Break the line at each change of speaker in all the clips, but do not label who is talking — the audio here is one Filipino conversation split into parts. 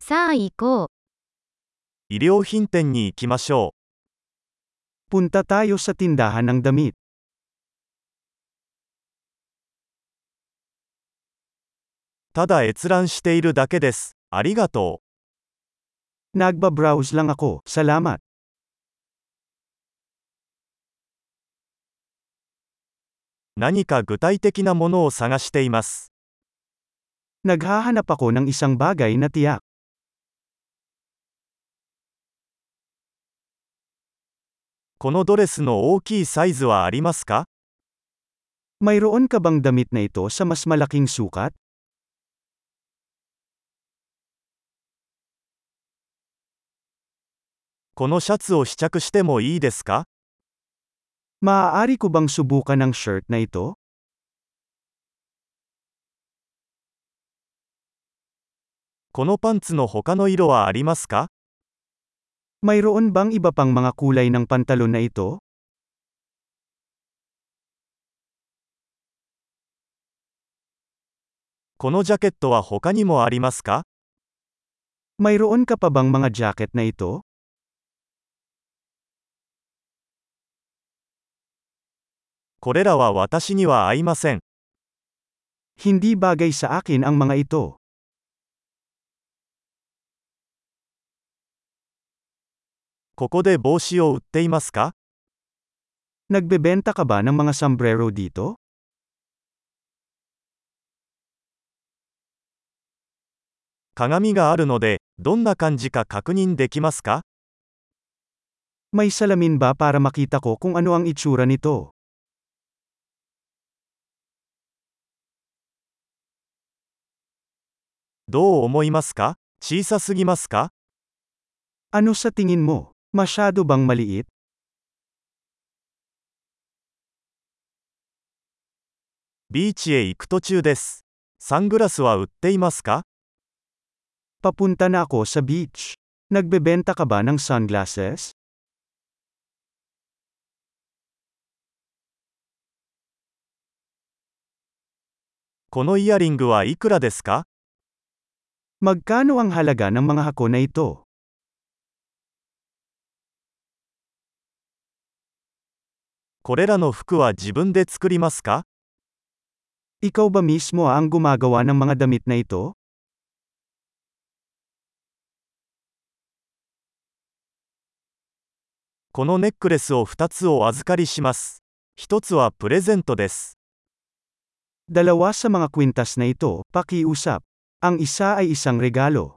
さあ行こう。
医療品店に行きましょ
Punta tayo sa tindahan ng damit.
う。ただ閲覧しているだけです。ありがと
Nagbabrowse lang ako, salamat.
う。何か具体的なものを探しています。
Naghahanap ako ng isang bagay na tiyak.
このドレスの大きいサイズはありますか
Mayroon ka bang damit na ito sa mas malaking sukat?
このシャツを試着してもいいですか
Maaari ko bang subukan ng shirt na ito?
このパンツの他の色はありますか
Mayroon bang iba pang mga kulay ng pantalon na ito?
このジャケットは他にもありますか
Mayroon ka pa bang mga jacket na ito?
これらは私には合いません。
Hindi bagay sa akin ang mga ito.
ここで帽子を売っていますか
Nagbebenta ka ba ng mga sombrero dito?
鏡があるので、どんな感じか確認できますか
May salamin ba para makita ko kung ano ang itsura nito?
どう思いますか小さすぎますか
Ano sa tingin mo? Masyado bang maliit?
ビーチへ行く途中です。サングラスは売っていますか
Papunta na ako sa beach. Nagbebenta ka ba ng sunglasses?
「このイヤリングはいくらですか
Magkano ang halaga ng mga hako na ito?
これらの服は自分で作りますか
Ikaw ba mismo ang gumagawa ng mga damit na ito?
このネックレスを2つお預かりします。1つはプレゼントです。
Dalawa sa mga kwintas na ito, pakiusap. Ang isa ay isang regalo.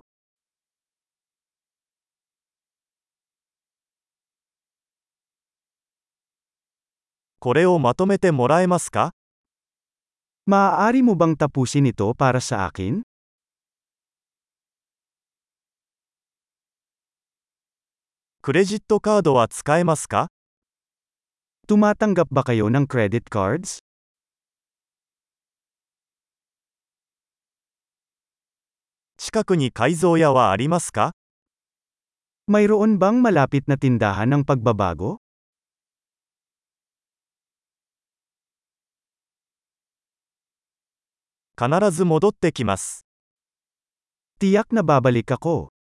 これをまとめてもらえますか
Maaari mo bang tapusin ito para sa akin?
クレジットカードは使えますか
Tumatanggap ba kayo ng credit cards?
近くに改造屋はありますか
Mayroon bang malapit na tindahan ng pagbabago?
必ず戻ってきます。
Tiyak na babalik ako.